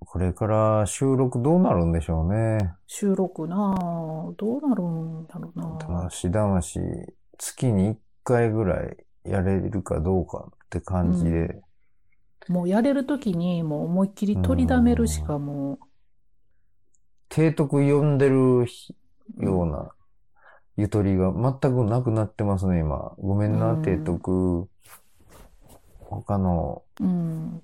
これから収録どうなるんでしょうね。収録なあどうなるんだろうなたしだまし、月に1回ぐらいやれるかどうかって感じで、もうやれるときにもう思いっきり取りだめるしかも提督読んでるひようなゆとりが全くなくなってますね、今。ごめんな、うん提督。他の、う、うん、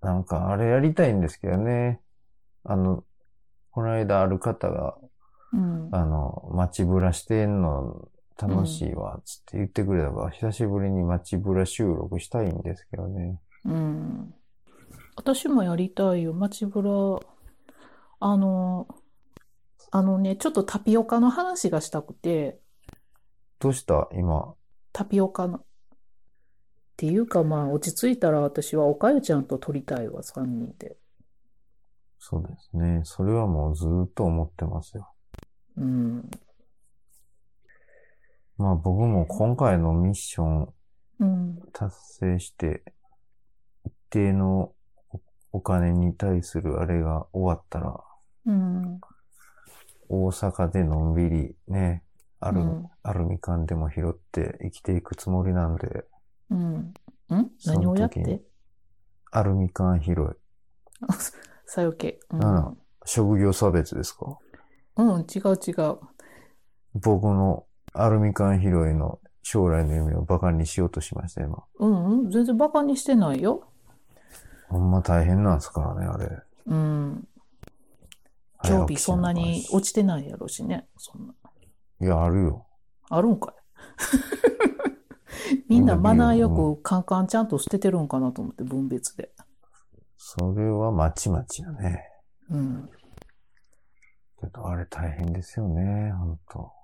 なんかあれやりたいんですけどね。あの、この間ある方が、うん、あの、街ぶらしてんの楽しいわ、つって言ってくれたから、久しぶりに街ぶら収録したいんですけどね。うん。私もやりたいよ、街ブラ。あの、あのね、ちょっとタピオカの話がしたくて、どうした今。タピオカの。っていうか、まあ、落ち着いたら私はおかゆちゃんと撮りたいわ、3人で。そうですね。それはもうずっと思ってますよ。うん。まあ僕も今回のミッションうん。達成して、一定のおお金に対するあれが終わったら、うん。大阪でのんびりね、ある、うんあるみかんでも拾って生きていくつもりなんで、うん。んその何をやっ時にてアルミカン拾い。 さよけ。うあん。職業差別ですかうん、違う違う。僕のアルミカン拾いの将来の夢をバカにしようとしました、今。うん、うん、全然バカにしてないよ。ほんま大変なんですからね、あれ。うん。興早起味きしそんなにかん落ちてないやろしね。そんな。いや、あるよ。あるんかい。 みんなマナーようんうくカンカンちゃんと捨ててるんかなと思って、分別で。それはまちまちやね。うん。けど、あれ大変ですよね、ほんと。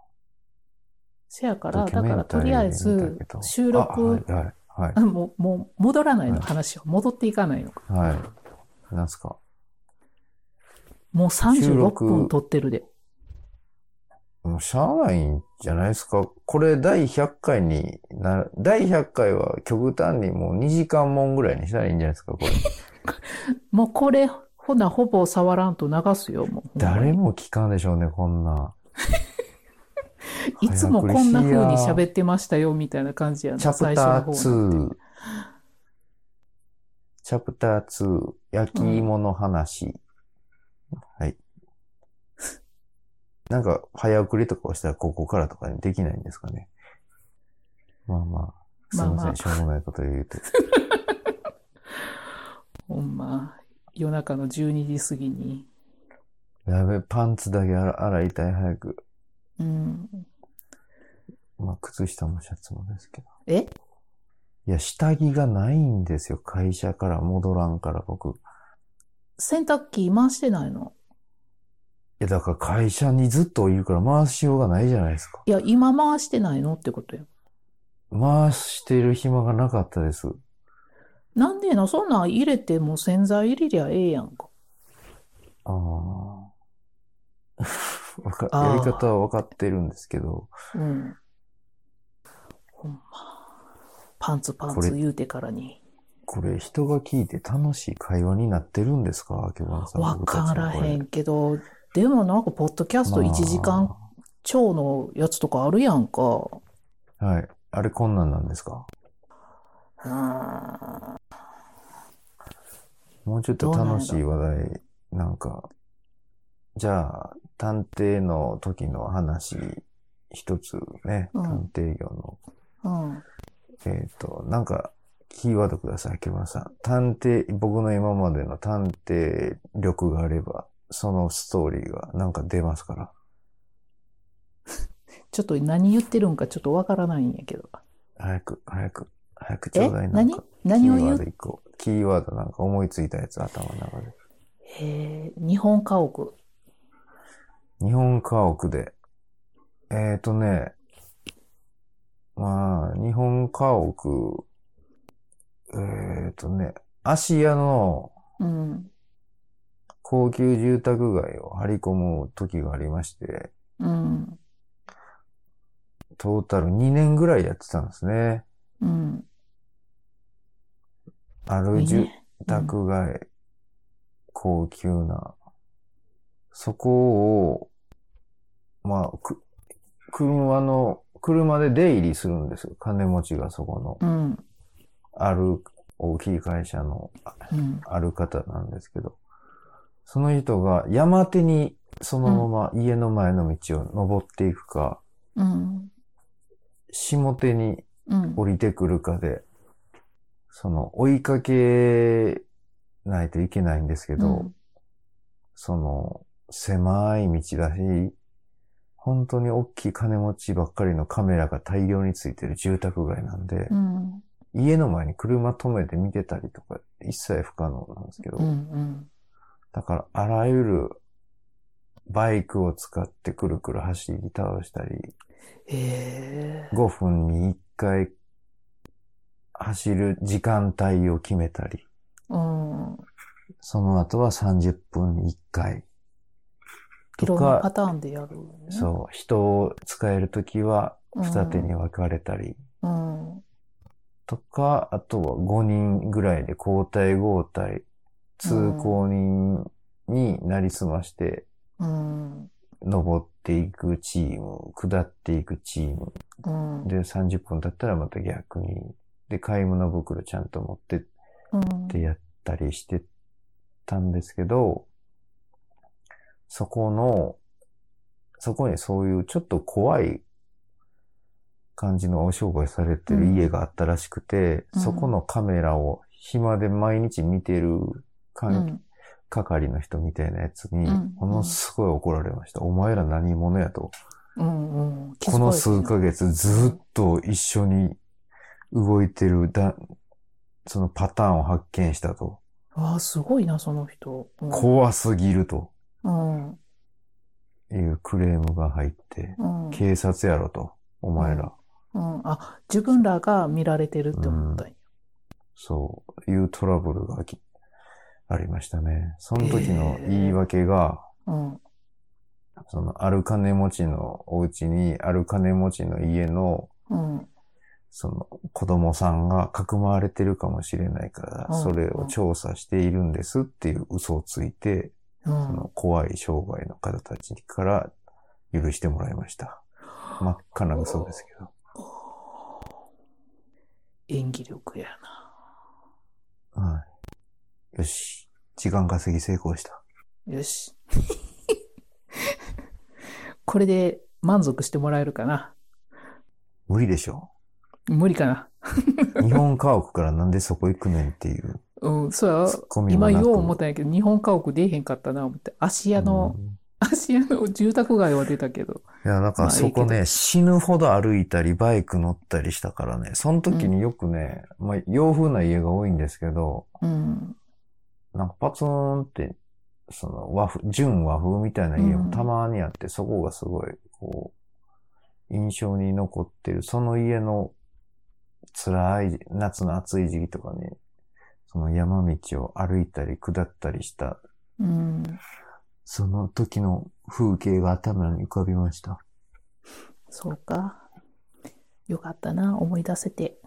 せやかドら、キュだメからンタとリりあーえで見たけどず収あ録、はい、はい、あもう、もう戻らないのはい話を。戻っていかないのか。はい。はい。なんすか。もう収36録分撮ってるで。もうしゃあないんじゃないですか。これ第100回にな、第100回は極端にもう2時間もんぐらいにしたらいいんじゃないですか、これ。もうこれ、ほな、ほぼ触らんと流すよ、もう。誰も聞かんでしょうね、こんな。いつもこんな風に喋ってましたよ、みたいな感じやな、チャプ最ター初の方なん2て。。チャプター2、焼き芋の話。はい。なんか、早送りとかをしたらここからとかにできないんですかね。まあまあ、すいまあません、まあしょうもないこと 言うて。ほんま、夜中の12時過ぎに。やべ、パンツだけ洗洗いたい、早く。うん。まあ、靴下もシャツもですけど。えいや、下着がないんですよ。会社から戻らんから、僕。い洗濯機回してないのや、だから会社にずっといるから回しようがないじゃないですか。いや、今回してないのってことや。回してる暇がなかったです。なんでやな、そんなん入れても洗剤入れりゃええやんか。ああ。 わか、あやーり方はわかってるんですけど、うん。ほんま。パンツパンこれツ言うてからに。これ人が聞いて楽しい会話になってるんですか秋葉さん。わからへん。んけど、でもなんか、ポッドキャスト1時間超のやつとかあるやんか。まあ。はい。あれこんなんなんですかうん。もうちょっと楽しい話題、なんか、じゃあ、探偵の時の話、一つね、うん探偵業のうん。えっ、と、なんか、キーワードください、木村さん。探偵、僕の今までの探偵力があれば、そのストーリーがなんか出ますから。ちょっと何言ってるんかちょっとわからないんやけど。早く、早く、早くちょえうだいなん何か。何をキー言ワーうド一個。キーワードなんか思いついたやつ、頭の中で。えー、日本家屋。日本家屋で。えっ、ー、とね、まあ、日本家屋、えっ、ー、とね、芦屋の、うん。高級住宅街を張り込む時がありまして、うん。トータル2年ぐらいやってたんですね。うん。あいるい住ね宅街、高級な。そこを、まあ、く、車の、車で出入りするんですよ。金持ちがそこの、うん、ある大きい会社のうん、ある方なんですけど、その人が山手にそのまま家の前の道を登っていくか、うん、下手にうん、降りてくるかで、その追いかけないといけないんですけど、うんその狭い道だし、本当に大きい金持ちばっかりのカメラが大量についてる住宅街なんで、うん、家の前に車止めて見てたりとか一切不可能なんですけど、うん、うん、だからあらゆるバイクを使ってくるくる走り倒したり、へえ、 5分に1回走る時間帯を決めたり、うん、その後は30分に1回といろんなパか、ターンでやるね。そう、人を使えるときはうん二手に分かれたりうん、とか、あとは5人ぐらいで交代交代、通行人になりすまして、うん、登っていくチーム、下っていくチーム、うん、で30分経ったらまた逆に、で、買い物袋ちゃんと持ってっうん、てやったりしてたんですけど、そこの、そこにそういうちょっと怖い感じのお商売されてる家があったらしくて、うんそこのカメラを暇で毎日見てるう関ん、係の人みたいなやつにうん、ものすごい怒られました。お前ら何者やと。うん、うん、気この遣数いですねヶ月ずっと一緒に動いてるだ、そのパターンを発見したと。ああ、すごいな、その人。うん、怖すぎるとうん、ういん、うクレームが入って、うん、警察やろと、お前ら。あ、自分らが見られてるって思ったんや。そういうトラブルがきありましたね。その時の言い訳が、うん、その、ある金持ちのお家に、ある金持ちの家の、うん、その、子供さんがかくまわれてるかもしれないかうんら、それを調査しているんですっていう嘘をついて、うそん。の怖い商売の方たちから許してもらいました。真っ赤な嘘ですけど。演技力やな。はい。よし。時間稼ぎ成功した。よし。 これで満足してもらえるかな無理でしょ。無理かな日本家屋からなんでそこ行くねんって いううん、そうツッコや。ミも今なく。言おう思ったんやけど、日本家屋出えへんかったな、思って。芦屋のう、ん芦屋の住宅街は出たけど。いや、なんまあかそこいいけね、死ぬほど歩いたり、バイク乗ったりしたからね、その時によくね、まあ、洋風な家が多いんですけど、うん、なんかパツーンって、その和風、純和風みたいな家もたまにあって、そこがすごい、こう、印象に残ってる。その家の辛い、夏の暑い時期とかに、その山道を歩いたり下ったりした、うん。その時の風景が頭に浮かびました。そうか。よかったな、思い出せて。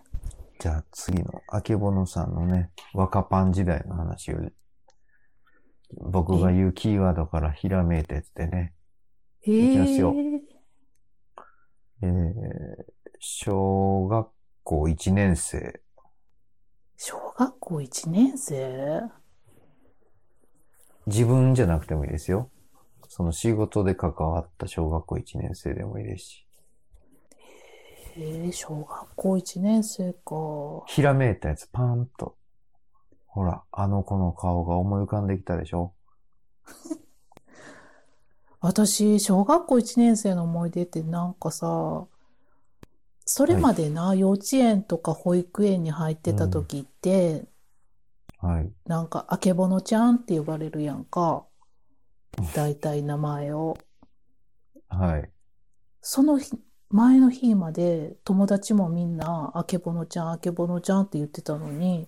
じゃあ次の、あけぼのさんのね、若パン時代の話を、僕が言うキーワードからひらめいたやつでね、へきえ。ますよえー、小学校1年生、小学校1年生自分じゃなくてもいいですよ。その仕事で関わった小学校1年生でもいいですし、えー、小学校1年生か。ひらめいたやつパーンと、ほら、あの子の顔が思い浮かんできたでしょ私、小学校1年生の思い出ってなんかさ、それまでな、幼稚園とか保育園に入ってた時って、はい。なんか、あけぼのちゃんって呼ばれるやんか。だいたい名前を。はい。その日、前の日まで友達もみんな、あけぼのちゃん、あけぼのちゃんって言ってたのに、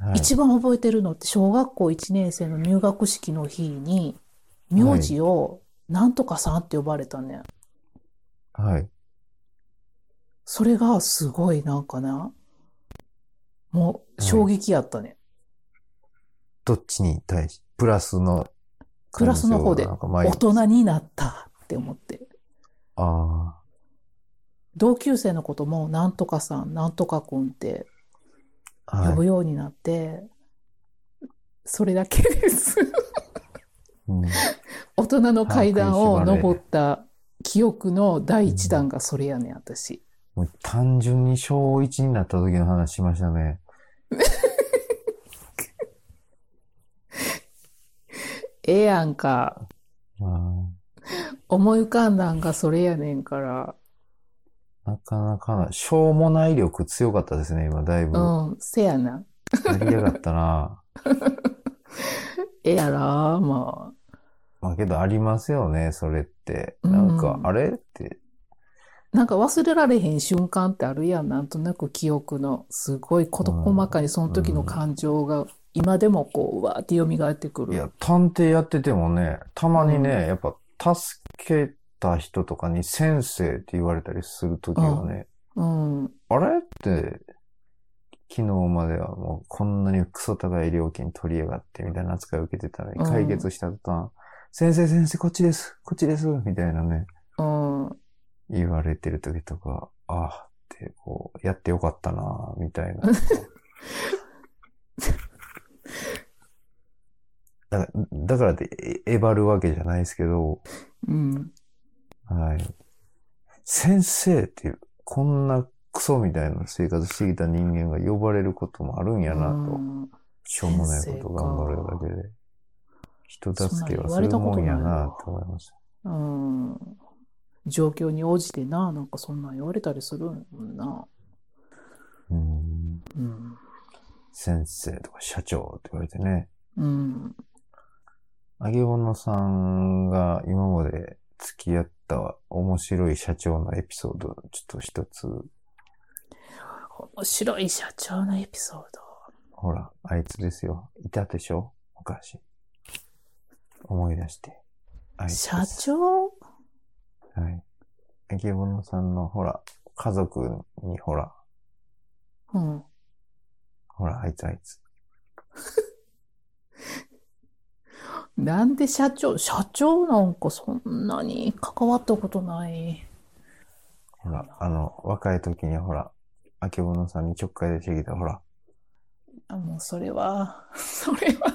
はい。一番覚えてるのって小学校1年生の入学式の日に名字をなんとかさんって呼ばれたねん。はい。それがすごいなんかな、もう衝撃やったね。どっちに対しプラスのプラスの方で感情がなんか大前人になったって思って。ああ、同級生のことも、なんとかさん、なんとかくんって呼ぶはい。ようになって、それだけです。うん大人の階段を歯食いしばれ登った記憶の第一弾がそれやねん、私。もう単純に小1になった時の話しましたね。ええやんか。ああ思い浮かんだんがそれやねんから。なかなかな、しょうもない力強かったですね、今、だいぶ。やうん、せやな。りやがったな。 ええやら、ままあけどありますよね、それって。うんなんか、あれって。あ。なんか忘れられへん瞬間ってあるやん、なんとなく記憶の。すごい事細かにその時の感情が今でもこう、うわーって蘇ってくいる。や、探偵やっててもね、たまにね、やっぱ、助けた人とかに先生って言われたりする時はね、うん。あれって、昨日まではもうこんなにクソ高い料金取りやがってみたいな扱いを受けてたのうに、ん解決した途端、先生先生こっちです、こっちです、みたいなね、うん。言われてる時とか、ああって、こう、やってよかったな、み たいな。だからだからで、ええばるわけじゃないですけど、うん。はい。先生っていう、こんなクソみたいな生活してきた人間が呼ばれることもあるんやなうと。んしょうもないこと頑張るだけで。人助けはするもんやなと思いました。うん。状況に応じてな、なんかそんなん言われたりするんやな。うんうん。先生とか社長って言われてね。うん。あげぼのさんが今まで付き合った面白い社長のエピソード、ちょっと一つ、面白い社長のエピソード。ほら、あいつですよ。いたでしょ昔。思い出して。あいつです社長はい。あけぼのさんの、ほら、家族に、ほら、うん。ほら、あいつあいつ。なんで社長、社長なんかそんなに関わったことない。ほら、あの、若い時に、ほら、あけぼのさんにちょっかい出てきた、ほら。あ、もうそれ は、それは、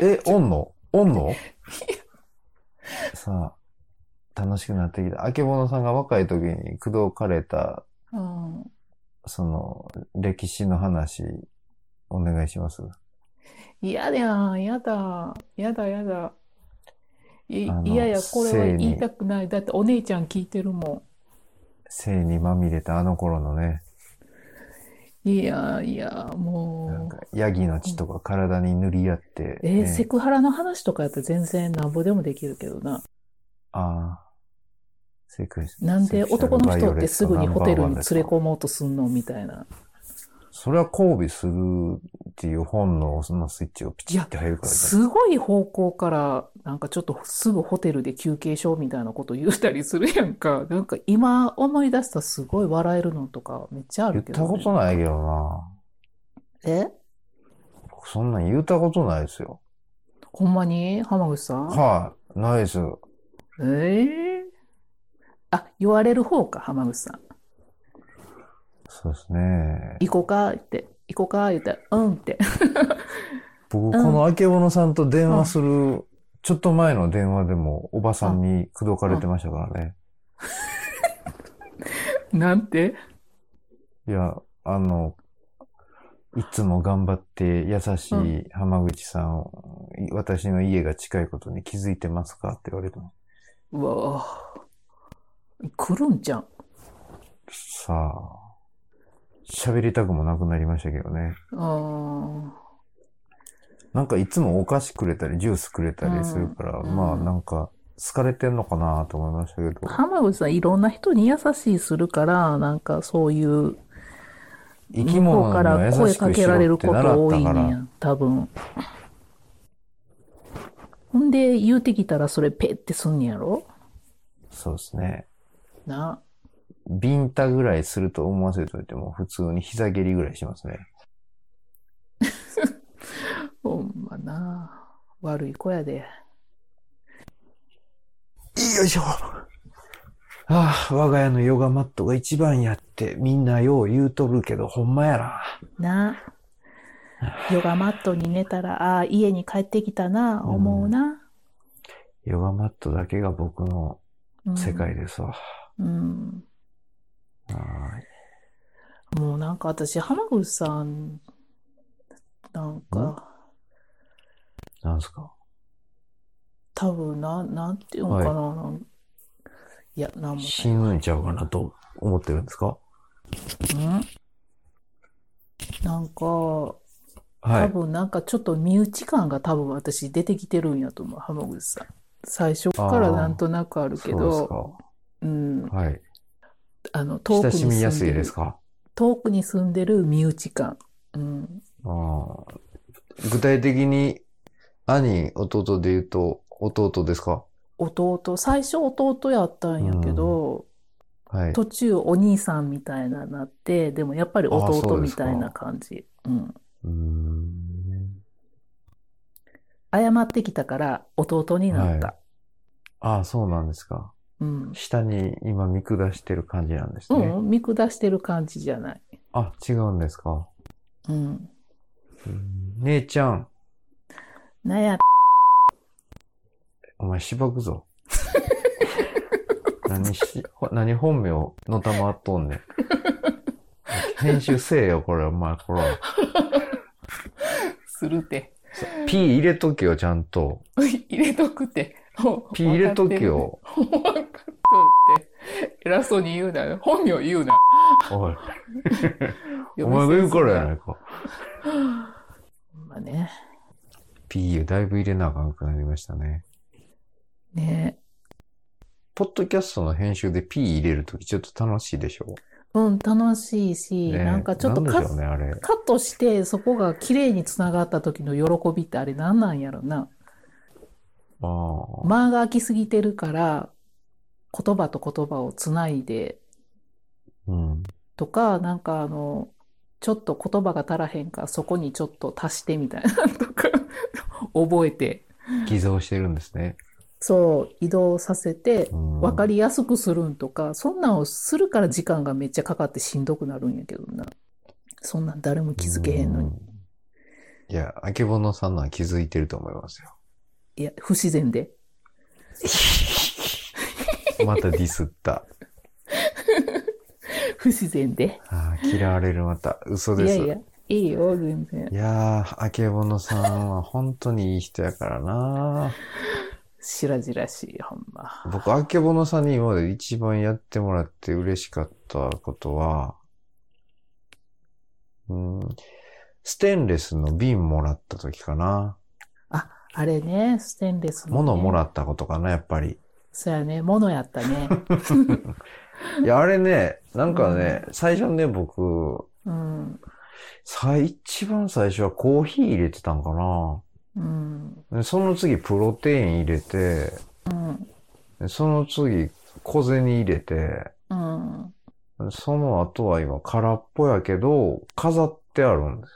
え、おんのおんのさあ、楽しくなってきた。あけぼのさんが若い時に口説かれた、うん。その、歴史の話、お願いします。嫌だや、嫌だ、嫌だ、嫌だ。い、あのいやいや、これはせいに言いたくない。だってお姉ちゃん聞いてるも性にまみれたあの頃のね、ん。いや、いや、なんもか、ヤギの血とか体に塗り合って、う。えーセクハラの話とかやったら全然なんぼでもできるけどな。ああ。セクシなんで男の人ってすぐにホテルに連れむ。込もうとすんのみたいな。それは交尾するっていう本のそのスイッチがピチって入るからじゃすごい方向から、なんかちょっとすぐホテルで休憩しようみたいなこと言うたりするやんか。 なんか今思い出したらすごい笑えるのとかめっちゃあ言るっけたど、こね。とないけどな。えそんなん言ったことないですよ。ほんまに浜口さんはい。ないです。ええあ、言われる方か、浜口さん。そうですね。行こうかって、行こうか言ったら、うんって。 僕、このあけぼのさんと電話する、ちょっと前の電話でも、おばさんに口説かれてましたからね。なんていや、あの、いつも頑張って優しい浜口さんを、私の家が近いことに気づいてますかって言われてまうわぁ。来るんじゃん。す。さあ、喋りたくもなくなりましたけどね。うーん。なんかいつもお菓子くれたり、ジュースくれたりするから、うんまあうんなんか、好かれてんのかなと思いましたけど、浜口さん、いろんな人に優しいするから、なんかそういう、生き物向こにうかはら優声しくかしけられろるってこ習とっ多たいかねら、や、多分。ほんで、言うてきたらそれペってすんねやろそうですね。な。ビンタぐらいすると思わせといても、普通に膝蹴りぐらいしますね。ほんまな。悪い子やで。よいしょ。ああ、我が家のヨガマットが一番やってみんなよう言うとるけど、ほんまやな。なあ。ヨガマットに寝たら、ああ、家に帰ってきたな、思うな。ヨガマットだけが僕のうん世界ですわ。うん。はもうなんか私、浜口さん、なんか、いなんすか多分な、なんていうのかな、なんいや、なんもない死ぬんちゃうかなと思ってるんですかうんなんか、は多い。分なんかちょっと身内感が多分私出てきてるんやと思う、浜口さん。最初からなんとなくあるけそうですど、か。うん、はい。あの、遠親くにし住んみでやすいるですか遠くに住んでる身内感。うん。あー具体的に、兄、弟で言うと、弟ですか弟、最初弟やったんやけど、はい。途中お兄さんみたいななって、でもやっぱりあそ弟うでみすかたいな感じ。うん。うーん。謝ってきたから弟になった。ああ、そうなんですか。うん。下に今見下してる感じなんですうね。ん、見下してる感じじゃない。あ、違うんですか。うん。うん姉ちゃん、なんや、お前しばく ぞ。何し、ほ何本名のたまっとんねん。編集せえよ、これ、お前、これ。するて。 P 入れとけよ、ちゃんと。入れとくて。 P 入れとけ。 よ。分かっとって。偉そうに言うなよ。本名言うな。おい、お前が言うからやないか。まあね。 P をだいぶ入れなあかんくなりましたね。ねポッドキャストの編集で P 入れるときちょっと楽しいでしょうん、楽しいし、ねなんかちょっとなカんでしょスうね、あれ。カットして、そこが綺麗に繋がった時の喜びってあれ何なんやろな。ああ。間が空きすぎてるから、言葉と言葉をつないでうん。とか、なんかあの、ちょっと言葉が足らへんから、そこにちょっと足してみたいなの とか、覚えて、偽造してるんですね。そう、移動させて、わ分かり。りやすくするんとか、そんなんをするから時間がめっちゃかかってしんどくなるんやけどな。そんなん誰も気づけへんのうに。。いや、あけぼのさんのは気づいてると思います よ。いや、不自然で。 またディスった。不自然で。あー嫌われるまた。嘘いでやす。いや、いいよ、全然い。やー、あけぼのさんは本当にいい人やからな。しらじらしい、ほんま。僕、あけぼのさんに今まで一番やってもらって嬉しかったことは、うん、ステンレスの瓶もらった時かな。あ、あれね、ステンレスのね。物をもらったことかな、やっぱり。そうやね、物やったね。いや、あれね、なんかね、最初ね、僕、うん、さ、一番最初はコーヒー入れてたんかうん、な。でその次プロテイン入れて、うん、でその次小銭入れて、うん。でその後は今空っぽやけど、飾ってあるんです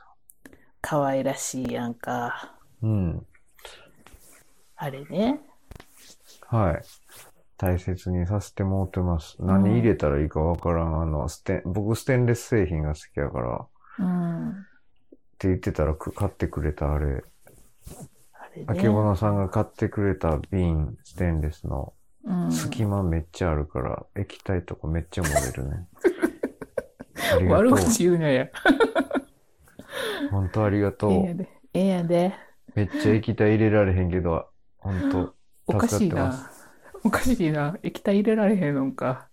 よ。可愛らしいやんか。うん。あれね。はい。大切にさせてもらってます。何入れたらいいかわからん。あの、ステン、僕ステンレス製品が好きやから、っうん。て言ってたらく買ってくれたあれ。あれあね。けぼのさんが買ってくれた瓶、ステンレスの。うん。隙間めっちゃあるから、液体とかめっちゃ漏れる ね。ありがと悪う。口言うなや。本当ありがとええやう。で。ええやで。めっちゃ液体入れられへんけど、本おかしい助かってな。おかしいな。液体入れられへんのんか。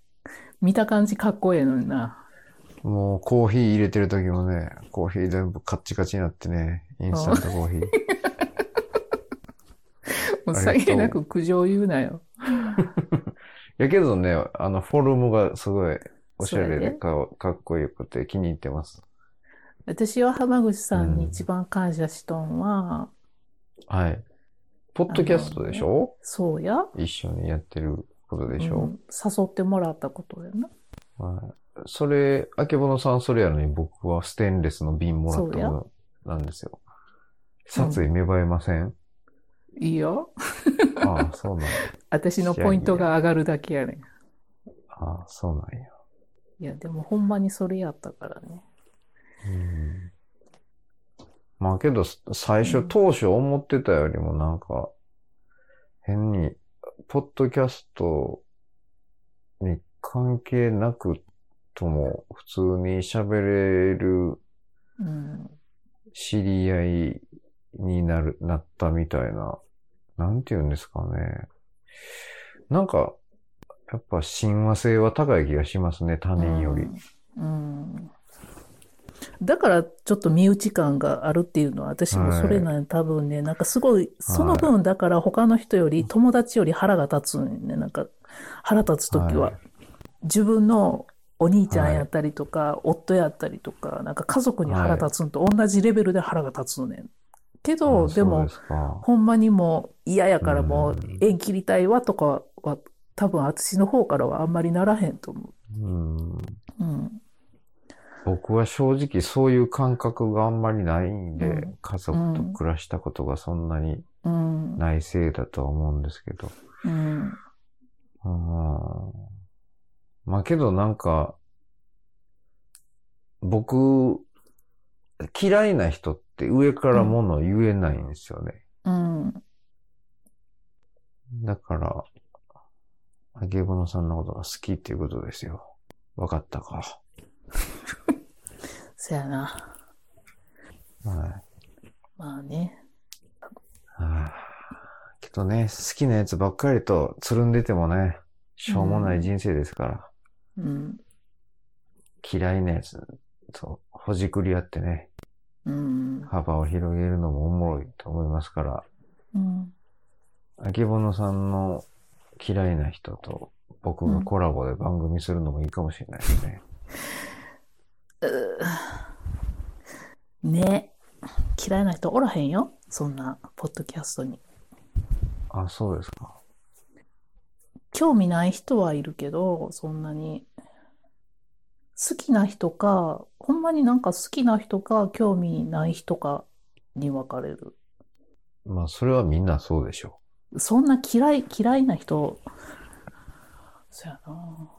見た感じかっこええのにな。当もうコーヒー入れてる時もね、コーヒー全部カッチカチになってね、インスタントコーヒー。ありがもうとさうりげなく苦情言うなよ。やけどね、あの、フォルムがすごいおしゃれそうやででかかっこよくて気に入ってます。私は浜口さんに一番感謝しとんは、はい。ポッドキャストでしょ、そうや。一緒にやってることでしうょ、ん誘ってもらったことやな。はい。それ、あけぼのさんそれやのに僕はステンレスの瓶もらったものなんですよ。そうや 殺意芽生えません、いいよ。ああ、そうなんや。私のポイントが上がるだけやねん。ああ、そうなんや。いや、でもほんまにそれやったからね。うん。まあけど、最初、当初思ってたよりもなんか、変に、ポッドキャストに関係なくとも、普通に喋れるうん。知り合いになる、なったみたいな、なんて言うんですかね。なんか、やっぱ親和性は高い気がしますね、他人より。うん。うんだからちょっと身内感があるっていうのは私もそれなりに多分ね、なんかすごい、その分だから他の人より友達より腹が立つんよね。なんか腹立つ時は。はい自分のお兄ちゃんやったりとか、夫やったりとか、なんか家族に腹立つのと同じレベルで腹が立つのねん。けど、あでも、そうすかほんまにもう嫌やからもううん縁切りたいわとかは、多分私の方からはあんまりならへんと思うんう。うん。僕は正直そういう感覚があんまりないんで、うん家族と暮らしたことがそんなにうん。ないせいだとは思うんですけど。うん。うんまあけどなんか、僕、嫌いな人って上から物言えないんですよね。うん。だから、あげぼのさんのことが好きっていうことですよ。わかったか。そやな。はい。まあね。はあ、けどね、好きなやつばっかりとつるんでてもね、しょうもない人生ですから、うん。嫌いなやつとほじくり合ってね、うん。幅を広げるのもおもろいと思いますから、うん。あけぼのさんの嫌いな人と僕がコラボで番組するのもいいかもしれないですね。ね。嫌いな人おらへんよ。そんな、ポッドキャストに。あ、そうですか。興味ない人はいるけど、そんなに。好きな人か、ほんまになんか好きな人か、興味ない人かに分かれる。まあ、それはみんなそうでしょそんな嫌い、嫌いな人、そやな。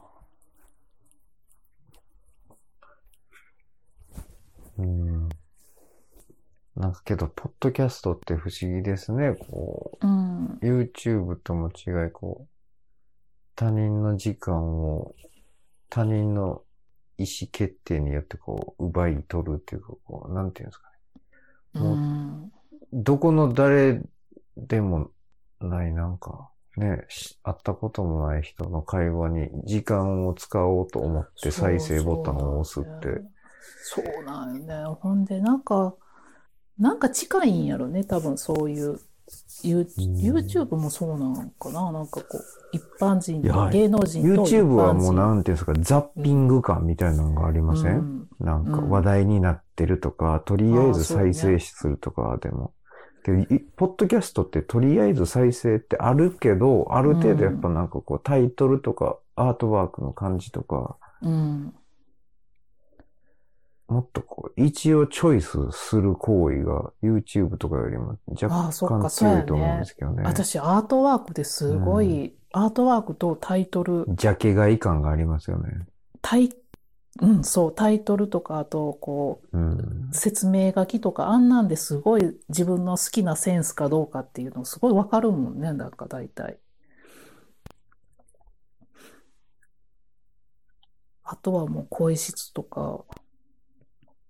う。うん。なんかけど、ポッドキャストって不思議ですね。こう、うん、 YouTube とも違い、こう、他人の時間を、他人の意思決定によってこう、奪い取るっていうか、こう、なんていうんですかね。うん、どこの誰でもない、なんか、ね、し会ったこともない人の会話に時間を使おうと思ってそう再生ボタンを押すって。そうなんよね。ほんで、なんか、なんか近いんやろね、多分そういう。ユー YouTube もそうなんかななんかこう、一般い人とや芸能人と一 YouTube は般もう人なんていうんですか、ザッピング感みたいなのがありません、うんなんかうん話題になってるとか、とりあえず再あーそう生ねするとかでも。けどいポッドキャストってとりあえず再生ってあるけど、ある程度やっぱなんかこうタイトルとかアートワークの感じとか、うん、もっとこう一応チョイスする行為が YouTube とかよりもあ若ーそっか干そう強やねいと思うんですけどね。私、アートワークですごい、アートワークとタイトル、ジャケ買い感がありますよね。タイ、うん、そう、タイトルとか、あと、こうんう、。説明書きとか、あんなんですごい自分の好きなセンスかどうかっていうの、すごいわかるもんね、なんか大体。あとはもう声質とか、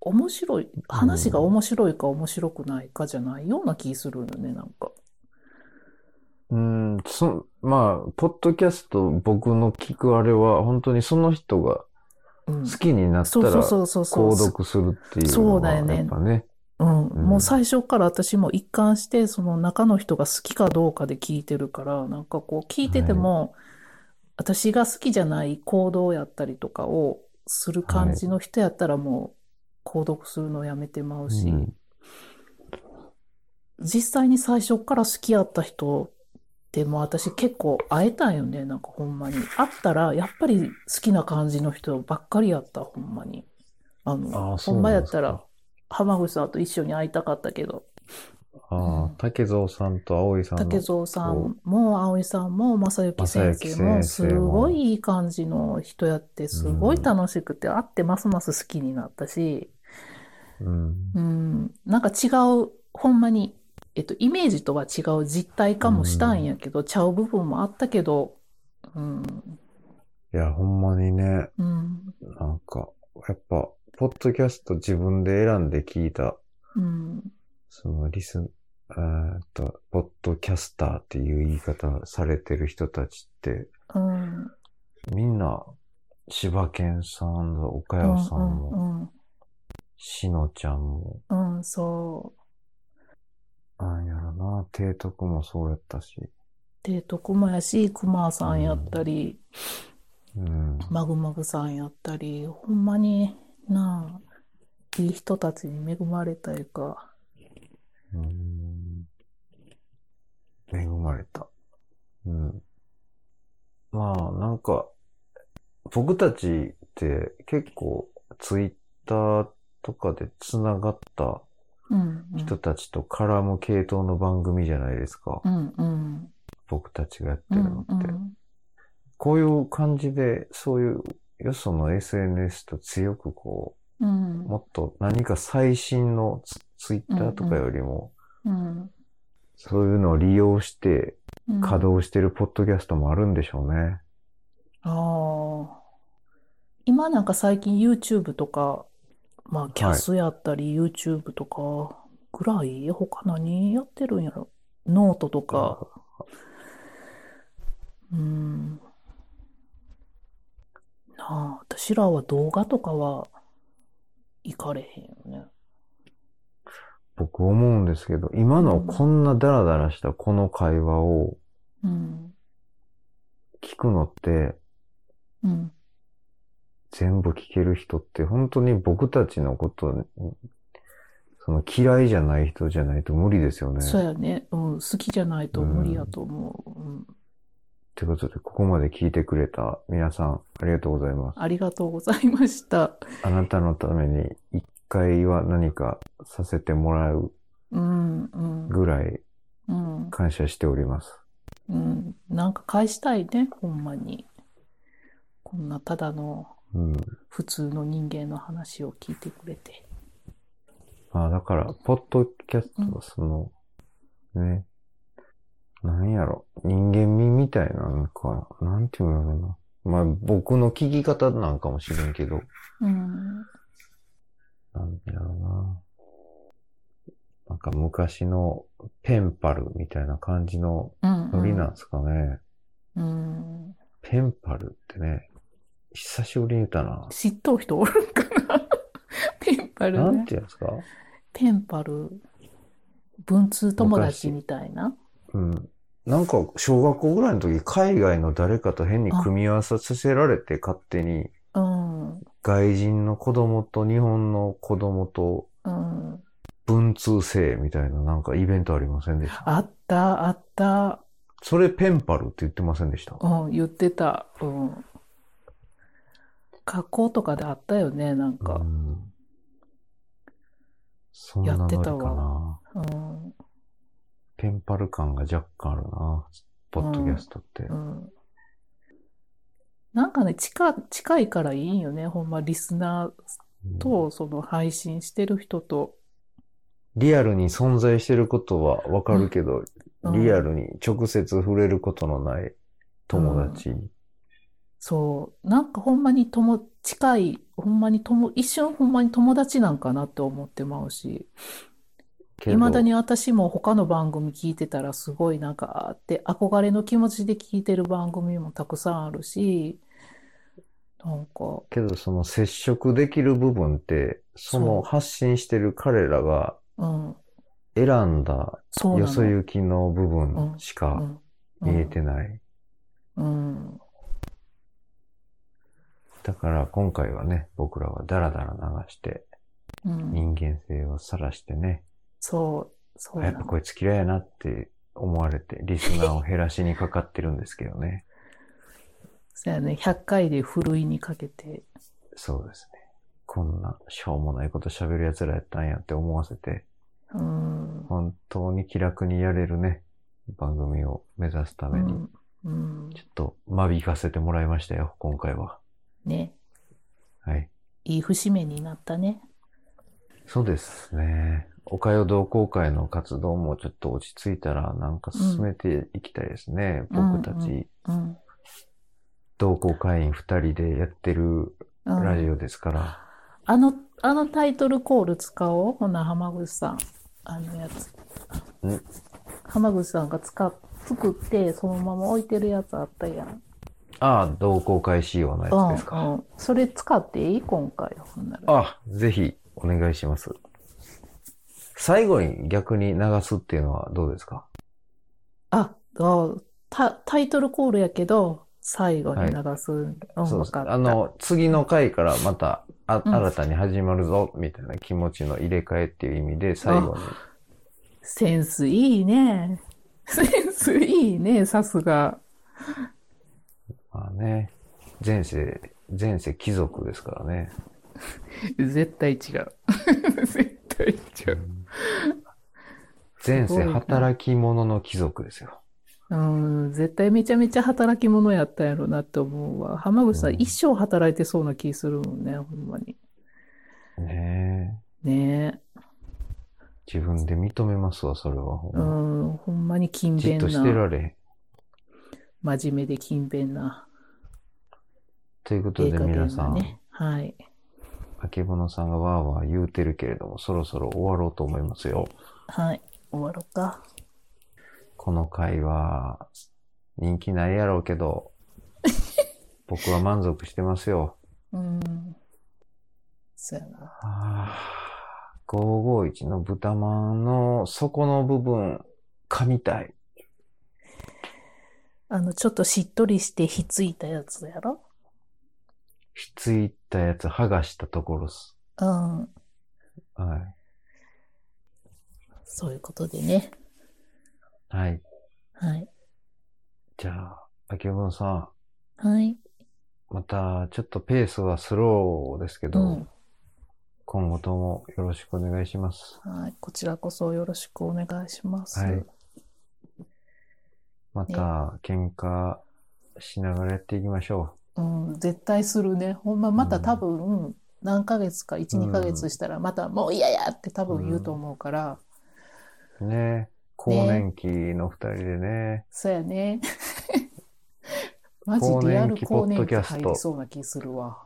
面白い、話が面白いか面白くないかじゃないような気するよね、なんか。うん、そ、まあ、ポッドキャスト僕の聞くあれは本当にその人がうん。好きになったそうらそうそうそうそう。購読するっていうのがやっぱね。うん、んもう最初から私も一貫して、その中の人が好きかどうかで聞いてるから、なんかこう聞いてても、私が好きじゃない行動やったりとかをする感じの人やったらもう、購読するのやめてまうし、うん実際に最初から好きやった人ってもう私結構会えたんよね、なんかほんまに。会ったら、やっぱり好きな感じの人ばっかりやった、ほんまに。あの、ああほそうんまなやんっですた、から浜口さんと一緒に会いたかったけど、ああ、竹蔵さんと葵さんの。竹蔵さんも葵さんも正幸先生正幸も先生もすごいいい感じの人やってすごい楽しくて会ってますます好きになったし、うん。うん、なんか違うほんまに、えっと、イメージとは違う実体化もしたんやけど、ちゃう部分もあったけど、うん、いや、ほんまにね、うん、なんか、やっぱ、ポッドキャスト自分で選んで聞いた、うん、そのリスン、えーっと、ポッドキャスターっていう言い方されてる人たちって、うん、みんな、柴犬さん、岡うん、谷さんうも、ん、しのちゃんも、うん、うん、そう。なんやろな、提督もそうやったし、で、徳間やし、熊さんやったり、うん。マグマグさんやったり、ほんまになあ、いい人たちに恵まれたいうか、うん恵まれた。うん。まあ、なんか、僕たちって結構ツイッターとかで繋がったうん、うん、人たちと絡む系統の番組じゃないですか。うん、うん、僕たちがやってうるのん、って。うん、こういう感じで、そういう、よその SNS と強くこうう、ん、もっと何か最新のツツイッターとかよりも、うん、そういうのを利用して、うん、稼働してるポッドキャストもあるんでしょうね。ああ。今なんか最近 YouTube とか、まあ、キャスやったり YouTube とかぐらい、他何やってるんやろ。ノートとか、うん。なあ、私らは動画とかは行かれへんよね。僕思うんですけど、今のこんなダラダラしたこの会話をうん。聞くのって、うん。全部聞ける人って本当に僕たちのこと、その嫌いじゃない人じゃないと無理ですよね。そうやね。うん。好きじゃないと無理やと思う。うん。ということで、ここまで聞いてくれた皆さん、ありがとうございます。ありがとうございました。あなたのために一回は何かさせてもらううん。うん。ぐらいうん。感謝しております。うん、なんか返したいね、ほんまに。こんなただのうん。普通の人間の話を聞いてくれて。まあだから、ポッドキャストうはその、ね、なんやろ、人間味みたいな、なんか、なんていうのかな。まあ僕の聞き方なんかもしれんけど、うん、なんやろな。なんか昔のペンパルみたいな感じのうん、ノリなんですかね。うん。ペンパルってね、久しぶりに言ったな。知っとう人おるんかな ペンパなルんね。ていうんですかペンパル、文通友達みたいな。うん。なんか、小学校ぐらいの時、海外の誰かと変に組み合わさせられて、勝手に、うん、うん。外人の子供と日本の子供と文通生みたいななんかイベントありませんでした。あった、あった。それペンパルって言ってませんでした。うん、言ってた。うん。学校とかであったよね、なんうか。ん。そんやなってたノリかな。うん。ペンパル感が若干あるな。ポッドキャストって。うんなんかね、近、近いからいいんよね。ほんま、リスナーうんと、その配信してる人と。リアルに存在してることはわかるけど、うんリアルに直接触れることのない友達。そう。なんかほんまにとも、近い、ほんまにとも、一瞬ほんまに友達なんかなって思ってまうし。けいどまだに私も他の番組聞いてたらすごいなんかあって憧れの気持ちで聞いてる番組もたくさんあるし、なんか、けどその接触できる部分って、そそうの発信してる彼らがうん、選んだそうなよの。そ行きの部分しうかん、見えてない。うん、うん、だから今回はね、僕らはダラダラ流して、うん。人間性をさらしてね、そう、そうやなっぱの。こいつ嫌いやなって思われて、リスナーを減らしにかかってるんですけどね。 そうやね、100回でふるいにかけて。そうですね。こんなしょうもないこと喋る奴らやったんやって思わせて、うん。本当に気楽にやれるね、番組を目指すたうめに、ん。うんちょっと間引かせてもらいましたよ、今回は。ね。はい。いい節目になったね。そうですね。おかよ同好会の活動もちょっと落ち着いたら、なんか進めていきたいですね。うん僕たうんち、うん。同好会員二人でやってるうんラジオですから。あの、あのタイトルコール使おう。ほな、浜口さん。あのやつん。浜口さんが使っ、作って、そのまま置いてるやつあったやん。ああ、同好会仕様のやつですか。うん、うん。それ使っていい今回。ほんなら。あ、ぜひお願いします。最後に逆に流すっていうのはどうですかあ、あタ、タイトルコールやけど、最後に流す。うん、そうわですかった。あの、次の回からまた、あ、うん新たに始まるぞ、みたいな気持ちの入れ替えっていう意味で、最後に。センスいいね。 センスいいね、さすが。まあね、前世、前世貴族ですからね。絶対違う。 絶対違う。前すごい世な働き者の貴族ですよ。うん、絶対めちゃめちゃ働き者やったんやろなって思うわ。浜口さん、うん一生働いてそうな気するもんね、ほんまに。ねえ。ね自分で認めますわ、それは。ほえ。うんまん、ほんまに勤じっ勉としてな。られへん。真面目で勤勉な。ということええで加減な皆さん、ね。はい。あけぼのさんがわーわー言うてるけれども、そろそろ終わろうと思いますよ。はい。終わろうか。この回は、人気ないやろうけど、僕は満足してますよ。うん。そうやな。はあ551の豚まんの底の部分、噛みたい。あの、ちょっとしっとりしてひっついたやつやろひっついたやつ剥がしたところっす。うん。はそういうことでね。い。はい。はい。じゃあ、あけぼのさん、はい。またちょっとペースはスローですけど、うん。今後ともよろしくお願いします。はい。こちらこそよろしくお願いします。はい。また喧嘩しながらやっていきましょうん、絶対するね。ほんま、また多分、何ヶ月か、1、うん2ヶ月したら、またもう嫌やって多分言うと思うから、う。ね更年期の二人でね。そうやね。 マジリアル更年期入りそうな気するわ。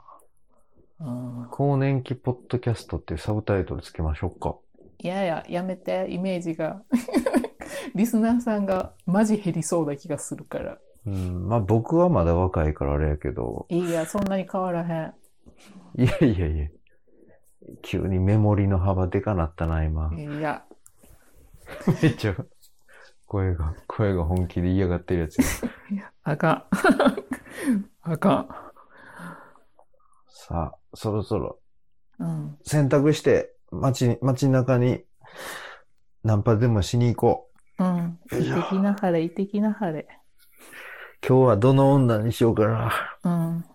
うん。更年期ポッドキャストっていうサブタイトルつけましょうか。いやいや、やめて、イメージが。 リスナーさんがマジ減りそうな気がするから。うん、まあ僕はまだ若いからあれやけど、いや、そんなに変わらへん。いやいやいや、急にメモリの幅でかなったな、今。いや、めっちゃ、声が、声が本気で嫌がってるやつや。あかん。 あかさあ、そろそろん。うん。洗濯して、街に、街中に、ナンパでもしに行こう。うん。いや行ってきなはれ、行ってきなはれ。今日はどの女にしようかな。うん。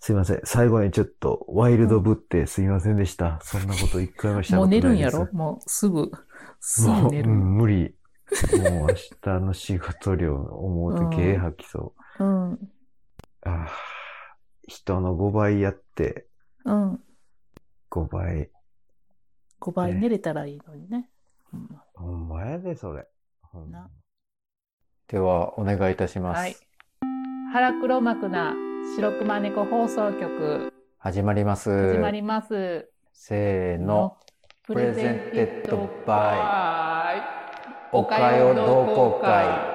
すいません。最後にちょっと、ワイルドぶってすいませんでした。そんなこと一回もしたもことうない寝です。るんやろもうすぐ、すもぐう、寝うる。うんん、無理。もう明日の仕事量思うと毛吐きそう。うん。ああ、人の5倍やって、うん。 5倍。 5倍ね寝れたらいいのにね。うんほんまやで、それ。ほんまなでは、お願いいたします。はい。腹黒幕な白熊猫放送局、始まります。始まります。せーの。プレゼンテッドバイ。おかよ同好会。